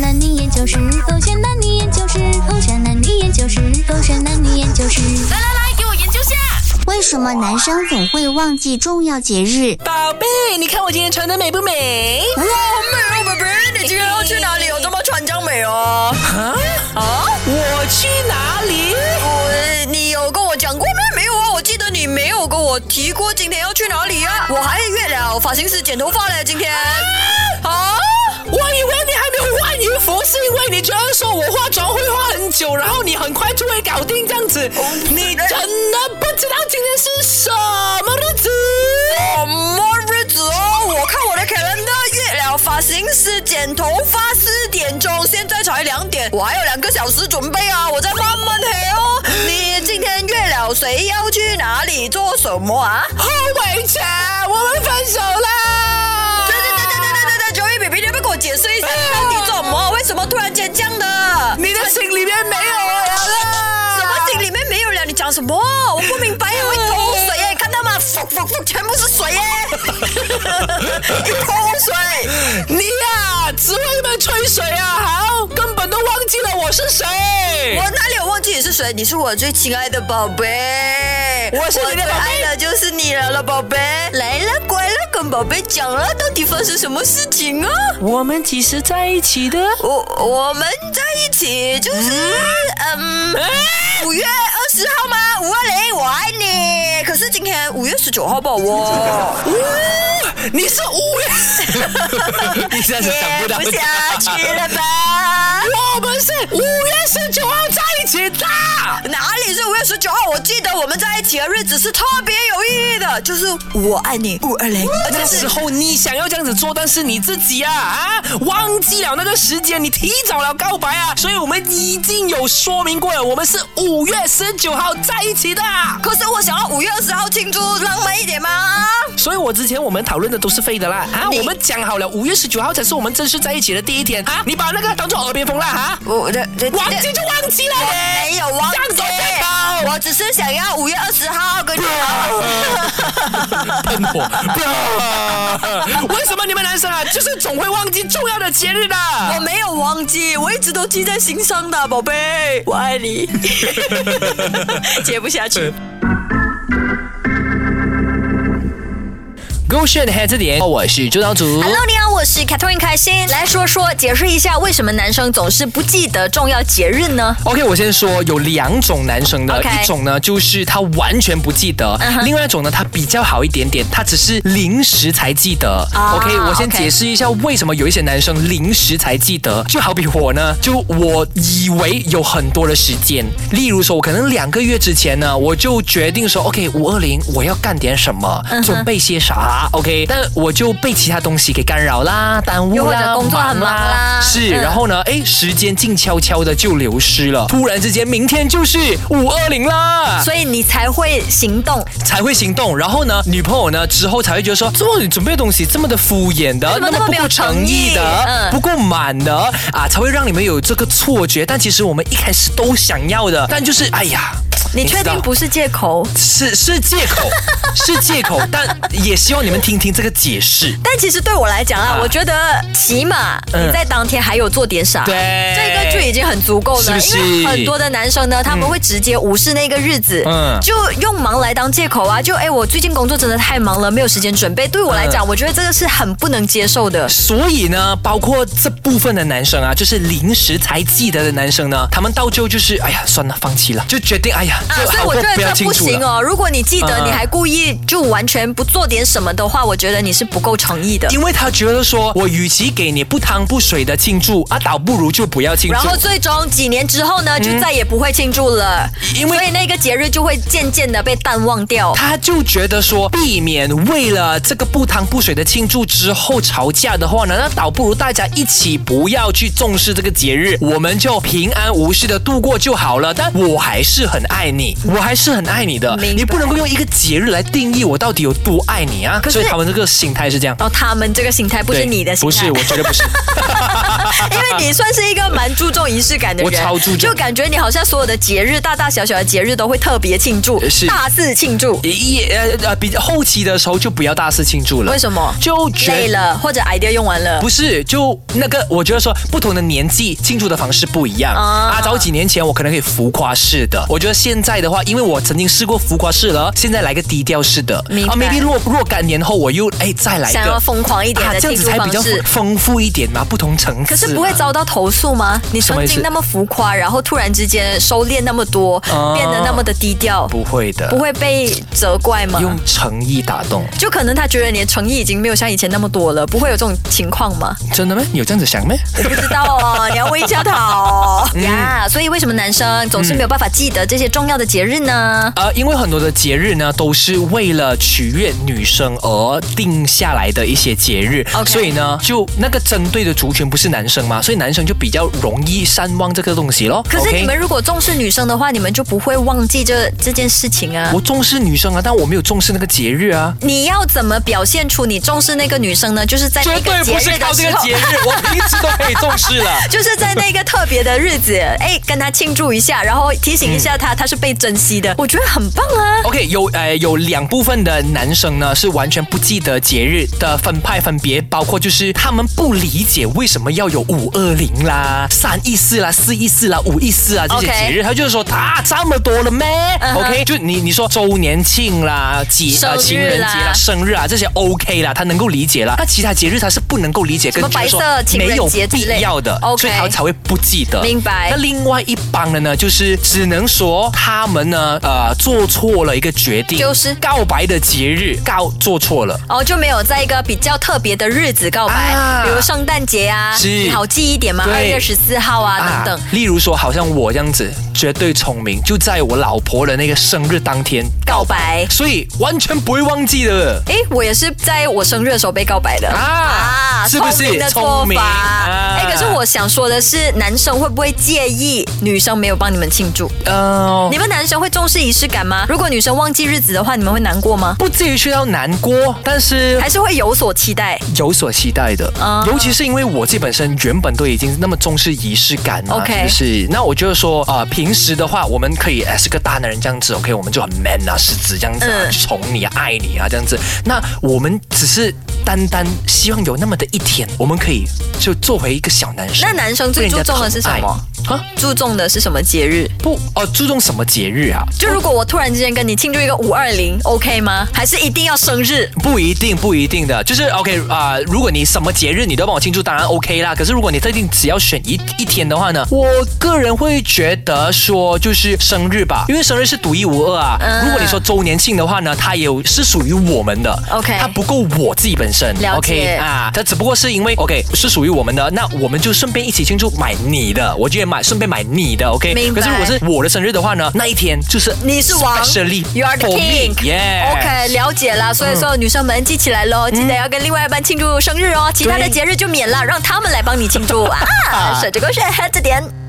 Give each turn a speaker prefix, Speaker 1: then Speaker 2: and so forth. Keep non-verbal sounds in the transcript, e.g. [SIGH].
Speaker 1: 男女研究室，狗血男女研究室，狗血男女研究室，狗血男女研究室。
Speaker 2: 来来来，给我研究下。
Speaker 3: 为什么男生总会忘记重要节日？
Speaker 4: 宝贝，你看我今天穿的美不美？
Speaker 5: 哇，好美哦，宝贝！你今天要去哪里哦？怎么穿这样美哦？
Speaker 4: 啊啊！我去哪里？
Speaker 5: 我，呃你有跟我讲过吗？没有啊，我记得你没有跟我提过今天要去哪里啊。我还约了发型师剪头发嘞，今天。啊？
Speaker 4: 我以为你还没有换衣服，是因为你觉得说我化妆会化很久，然后你很快就会搞定这样子。你真的不知道今天是什么日子？
Speaker 5: 什么日子哦？我看我的 calendar 约了发型师剪头发四点钟，现在才两点，我还有两个小时准备啊，我在慢慢黑哦。你今天约了谁要去哪里做什么啊？
Speaker 4: 后悔钱，我们分手啦！
Speaker 5: 对对对对对对对对，九月 baby，你要不要给我解释一下到底做什么？为什么突然间这样的？
Speaker 4: 你的心里面没有我了啦？
Speaker 5: 什么心里面没有了？你讲什么？我不明白，我一头水耶，看到吗？噗噗噗，全部是水耶，一头水。
Speaker 4: 你呀、只会被吹水啊！好，根本都忘记了我是谁。
Speaker 5: 我哪里有忘记你是谁？你是我最亲爱的宝贝，
Speaker 4: 我是你的宝贝
Speaker 5: 我最爱的就是你了了，宝贝。来了，乖了，跟宝贝讲了，到底发生什么事情啊？
Speaker 4: 我我们几时在一起的？
Speaker 5: 我我们在一起就是嗯，五月二十号吗？五二零，我爱你。可是今天五月十九号吧，我
Speaker 4: 你是五月， [LAUGHS] 你现在
Speaker 5: 咽不下去了吧？
Speaker 4: 我们是五月十九号在一起的。
Speaker 5: 哪里是五月十九号？我记得我们在一起的日子是特别有意义的，就是我爱你五二零，而
Speaker 4: 那
Speaker 5: 且
Speaker 4: 时
Speaker 5: 是。
Speaker 4: 候你想要这样子做，但是你自己啊啊忘记了那个时间，你提早了告白啊，所以我们已经有说明过了，我们是五月十九号在一起的。
Speaker 5: 可是我想要五月二十号庆祝，浪漫一点嘛。
Speaker 4: 所以我之前我们讨论的都是废的啦啊，
Speaker 5: 你
Speaker 4: 我们讲好了五月十九号才是我们正式在一起的第一天啊，你把那个当做耳边风啦啊，
Speaker 5: 我的的
Speaker 4: 忘记就忘记了哎
Speaker 5: 我
Speaker 4: 嘞，
Speaker 5: [LAUGHS] 没有忘
Speaker 4: 这样
Speaker 5: 记
Speaker 4: 多尴尬，
Speaker 5: 我只是想要五月二十号跟你
Speaker 4: 啊
Speaker 5: 好好
Speaker 4: 喷火。为什么你们男生啊，就是总会忘记重要的节日的？
Speaker 5: 我没有忘记，我一直都记在心上的，宝贝，我
Speaker 4: [LAUGHS]
Speaker 5: 爱你。接不下去。
Speaker 4: 勾选黑字典，哦我是朱道主。
Speaker 2: Hello，你好，我是 Catherine 开心，来说说解释一下为什么男生总是不记得重要节日呢？
Speaker 4: OK，我先说有两种男生的
Speaker 2: OK 嗯
Speaker 4: 一种呢就是他完全不记得另外一种呢他比较好一点点，他只是临时才记得。
Speaker 2: 啊
Speaker 4: OK，我先
Speaker 2: OK
Speaker 4: 解释一下为什么有一些男生临时才记得，就好比我呢，就我以为有很多的时间，例如说我可能两个月之前呢，我就决定说 OK 五二零我要干点什么
Speaker 2: 嗯
Speaker 4: 准备些啥 OK，但我就被其他东西给干扰啦，耽误
Speaker 2: 又或者
Speaker 4: 啦，
Speaker 2: 工作很忙啦
Speaker 4: 是，然后呢，哎，时间静悄悄的就流失了，突然之间，明天就是五二零啦，
Speaker 2: 所以你才会行动，
Speaker 4: 才会行动。然后呢，女朋友呢之后才会觉得说，怎么你准备的东西这么的敷衍的，
Speaker 2: 哎怎么
Speaker 4: 那
Speaker 2: 那
Speaker 4: 么
Speaker 2: 么
Speaker 4: 不
Speaker 2: 没有
Speaker 4: 够诚意的，
Speaker 2: 诚意嗯
Speaker 4: 不够满的啊，才会让你们有这个错觉。但其实我们一开始都想要的，但就是哎呀，
Speaker 2: 你
Speaker 4: 知
Speaker 2: 确
Speaker 4: 道
Speaker 2: 定不是借口？
Speaker 4: 是是借口，是借口，但也希望你们听听这个解释。
Speaker 2: 但其实对我来讲啊
Speaker 4: 啊，
Speaker 2: 我觉得起码
Speaker 4: 嗯
Speaker 2: 你在当天还有做点啥。
Speaker 4: 对，
Speaker 2: 这个就已经很足够了，
Speaker 4: 是不是
Speaker 2: 因为很多的男生呢，他们会直接无视那个日子，
Speaker 4: 嗯
Speaker 2: 就用忙来当借口啊，就哎，我最近工作真的太忙了，没有时间准备。对我来
Speaker 4: 嗯
Speaker 2: 讲，我觉得这个是很不能接受的。
Speaker 4: 所以呢，包括这部分的男生啊，就是临时才记得的男生呢，他们到最后就是哎呀，算了，放弃了，就决定哎呀，
Speaker 2: 啊
Speaker 4: 就，
Speaker 2: 所以
Speaker 4: 好
Speaker 2: 我
Speaker 4: 过
Speaker 2: 觉得
Speaker 4: 不要
Speaker 2: 这
Speaker 4: 庆
Speaker 2: 不
Speaker 4: 祝
Speaker 2: 行
Speaker 4: 了。
Speaker 2: 哦。如果你记得，
Speaker 4: 嗯
Speaker 2: 你还故意就完全不做点什么的话，我觉得你是不够诚意的。
Speaker 4: 因为他觉得说，我与其给你不汤不水的庆祝啊，倒不如就不要庆
Speaker 2: 然
Speaker 4: 祝
Speaker 2: 后。最终几年之后呢，就再也不会庆祝了，
Speaker 4: 嗯因为
Speaker 2: 所以那个节日就会渐渐的被淡忘掉。
Speaker 4: 他就觉得说，避免为了这个不汤不水的庆祝之后吵架的话呢，那倒不如大家一起不要去重视这个节日，我们就平安无事的度过就好了。但我还是很爱你，我还是很爱你的，
Speaker 2: 明白
Speaker 4: 你不能够用一个节日来定义我到底有多爱你啊。
Speaker 2: 可是
Speaker 5: 哦
Speaker 4: 所以他们这个心态是这样。
Speaker 2: 然后他们这个心态不是
Speaker 4: 对
Speaker 2: 你的心 [LAUGHS]
Speaker 4: 不
Speaker 2: 态，
Speaker 4: 是，我觉得不是。
Speaker 5: 哦
Speaker 4: [LAUGHS]
Speaker 5: 因为你算是一个蛮注重仪式感的人，
Speaker 4: 我超注重
Speaker 5: 就感觉你好像所有的节日，大大小小的节日都会特别庆祝，
Speaker 4: 呃是
Speaker 5: 大肆庆祝。
Speaker 4: 也呃呃，比后期的时候就不要大肆庆祝了。
Speaker 5: 为什么？
Speaker 4: 就觉
Speaker 5: 累了，或者 idea 用完了
Speaker 4: 不。是，就那个，我觉得说不同的年纪庆祝的方式不一样
Speaker 5: 啊
Speaker 4: 啊。早几年前我可能可以浮夸式的，我觉得现在的话，因为我曾经试过浮夸式了，现在来个低调式的。
Speaker 5: 明白
Speaker 4: 啊，maybe 若若干年后我又哎再来一
Speaker 5: 想要
Speaker 4: 个
Speaker 5: 疯狂一点
Speaker 4: 啊
Speaker 5: 的，
Speaker 4: 这样子
Speaker 5: 庆祝
Speaker 4: 才比
Speaker 5: 方
Speaker 4: 较
Speaker 5: 式。
Speaker 4: 丰富一点嘛，不同层次。
Speaker 5: 可是不会。遭到投诉吗？你
Speaker 4: 什么
Speaker 5: 曾
Speaker 4: 意思
Speaker 5: 经那么浮夸，然后突然之间收敛那么多，
Speaker 4: 啊
Speaker 5: 变得那么的低调，
Speaker 4: 不会的，
Speaker 5: 不会被责怪吗？
Speaker 4: 用诚意打动。
Speaker 5: 就可能他觉得你的诚意已经没有像以前那么多了，不会有这种情况吗？
Speaker 4: 真的吗？你有这样子想咩？
Speaker 5: 我不知道哦，你要问一下他
Speaker 4: [LAUGHS]
Speaker 5: 哦。
Speaker 4: 嗯
Speaker 5: 呀、所以为什么男生总是没有办法记得这些重要的节日呢？
Speaker 4: 呃，因为很多的节日呢，都是为了取悦女生而定下来的一些节日
Speaker 5: OK
Speaker 4: 所以呢，就那个针对的族群不是男生嘛，所以男生就比较容易善忘这个东西咯。
Speaker 5: 可是
Speaker 4: OK？
Speaker 5: 你们如果重视女生的话，你们就不会忘记这这件事情啊。
Speaker 4: 我重视女生啊，但我没有重视那个节日啊。
Speaker 5: 你要怎么表现出你重视那个女生呢？就是在那
Speaker 4: 绝
Speaker 5: 个
Speaker 4: 对
Speaker 5: 节
Speaker 4: 不
Speaker 5: 日
Speaker 4: 是
Speaker 5: 的
Speaker 4: 靠这
Speaker 5: 时
Speaker 4: 个
Speaker 5: 候
Speaker 4: 节。日，我平时都可以重视了。 [LAUGHS]
Speaker 5: 就是在那个特别的日子，哎，跟他庆祝一下，然后提醒一下他，他是被珍惜的，我觉得很棒啊。
Speaker 4: OK，有呃有两部分的男生呢是完全不记得节日的分派分别，包括就是他们不理解为什么要有五二零啦、三一四啦、四一四啦、五一四啊这些
Speaker 5: OK
Speaker 4: 节日他就是说啊这么多了咩、
Speaker 5: 嗯哼
Speaker 4: o k 就你你说周年庆啦、节
Speaker 5: 生日啦
Speaker 4: 呃情人节啦、生日啊这些 OK 啦，他能够理解啦。那其他节日他是不能够理解，
Speaker 5: 么
Speaker 4: 跟觉得说
Speaker 5: 白色情人
Speaker 4: 没有
Speaker 5: 节之
Speaker 4: 必
Speaker 5: 类
Speaker 4: 要的
Speaker 5: OK
Speaker 4: 所以他才会不记得。
Speaker 5: 明白
Speaker 4: 那另外一帮人呢，就是只能说他们呢呃做错了一个决定。
Speaker 5: 就是
Speaker 4: 告白的节日告做错了。
Speaker 5: 哦，就没有在一个比较特别的日子告白，
Speaker 4: 啊
Speaker 5: 比如圣诞节啊，
Speaker 4: 是
Speaker 5: 你好记一点嘛，
Speaker 4: 对
Speaker 5: 二月十四号啊等等。
Speaker 4: 例如说，好像我这样子，绝对聪明，就在我老婆的那个生日当天
Speaker 5: 告白
Speaker 4: 所以完全不会忘记的
Speaker 5: 哎，我也是在我生日的时候被告白的
Speaker 4: 啊，是不
Speaker 5: 聪
Speaker 4: 是
Speaker 5: 明的做
Speaker 4: 聪明？
Speaker 5: 法。
Speaker 4: 啊
Speaker 5: 哎、可是我想说的是，男生会不会介意女生没有帮你们庆祝？
Speaker 4: 呃
Speaker 5: 你们男生会重视仪式感吗？如果女生忘记日子的话，你们会难过吗？
Speaker 4: 不至于去到难过，但是
Speaker 5: 还是会有所期待？
Speaker 4: 有所期待的，
Speaker 5: 啊
Speaker 4: 尤其是因为我自己本身原本都已经那么重视仪式感嘛
Speaker 5: OK
Speaker 4: 是不是？那我觉得说啊、呃平时的话，我们可以、呃、是个大男人这样子，OK，我们就很 man 啊，狮子这样子、啊，
Speaker 5: 嗯
Speaker 4: 宠你啊，爱你啊这样子。那我们只是单单希望有那么的一天，我们可以就做回一个小男生。
Speaker 5: 那男生最注重的是什么？
Speaker 4: 啊，
Speaker 5: 注重的是什么节日？
Speaker 4: 不哦，注重什么节日啊？
Speaker 5: 就如果我突然之间跟你庆祝一个五二零，OK 吗？还是一定要生日？
Speaker 4: 不一定，不一定的，就是 OK 啊、如果你什么节日你都帮我庆祝，当然 OK 啦。可是如果你特定只要选一一天的话呢，我个人会觉得说就是生日吧，因为生日是独一无二啊。
Speaker 5: 嗯
Speaker 4: 如果你说周年庆的话呢，它也有是属于我们的
Speaker 5: OK
Speaker 4: 它不够我自己本身
Speaker 5: 了解
Speaker 4: OK 啊，它只不过是因为 OK 是属于我们的，那我们就顺便一起庆祝买你的，我就也买顺便买你的 OK。
Speaker 5: 明白
Speaker 4: 可是如果是我的生日的话呢，那一天就是
Speaker 5: 你是王
Speaker 4: specially
Speaker 5: ，You are the
Speaker 4: for
Speaker 5: king
Speaker 4: me，yeah。
Speaker 5: OK，了解
Speaker 4: 嗯
Speaker 5: 啦。所以所有女生们记起来喽，记得要跟另外
Speaker 4: [LAUGHS]
Speaker 5: 一半庆祝生日哦，其他的节日就免了，让他们来帮你庆祝啊。省着狗血，这点。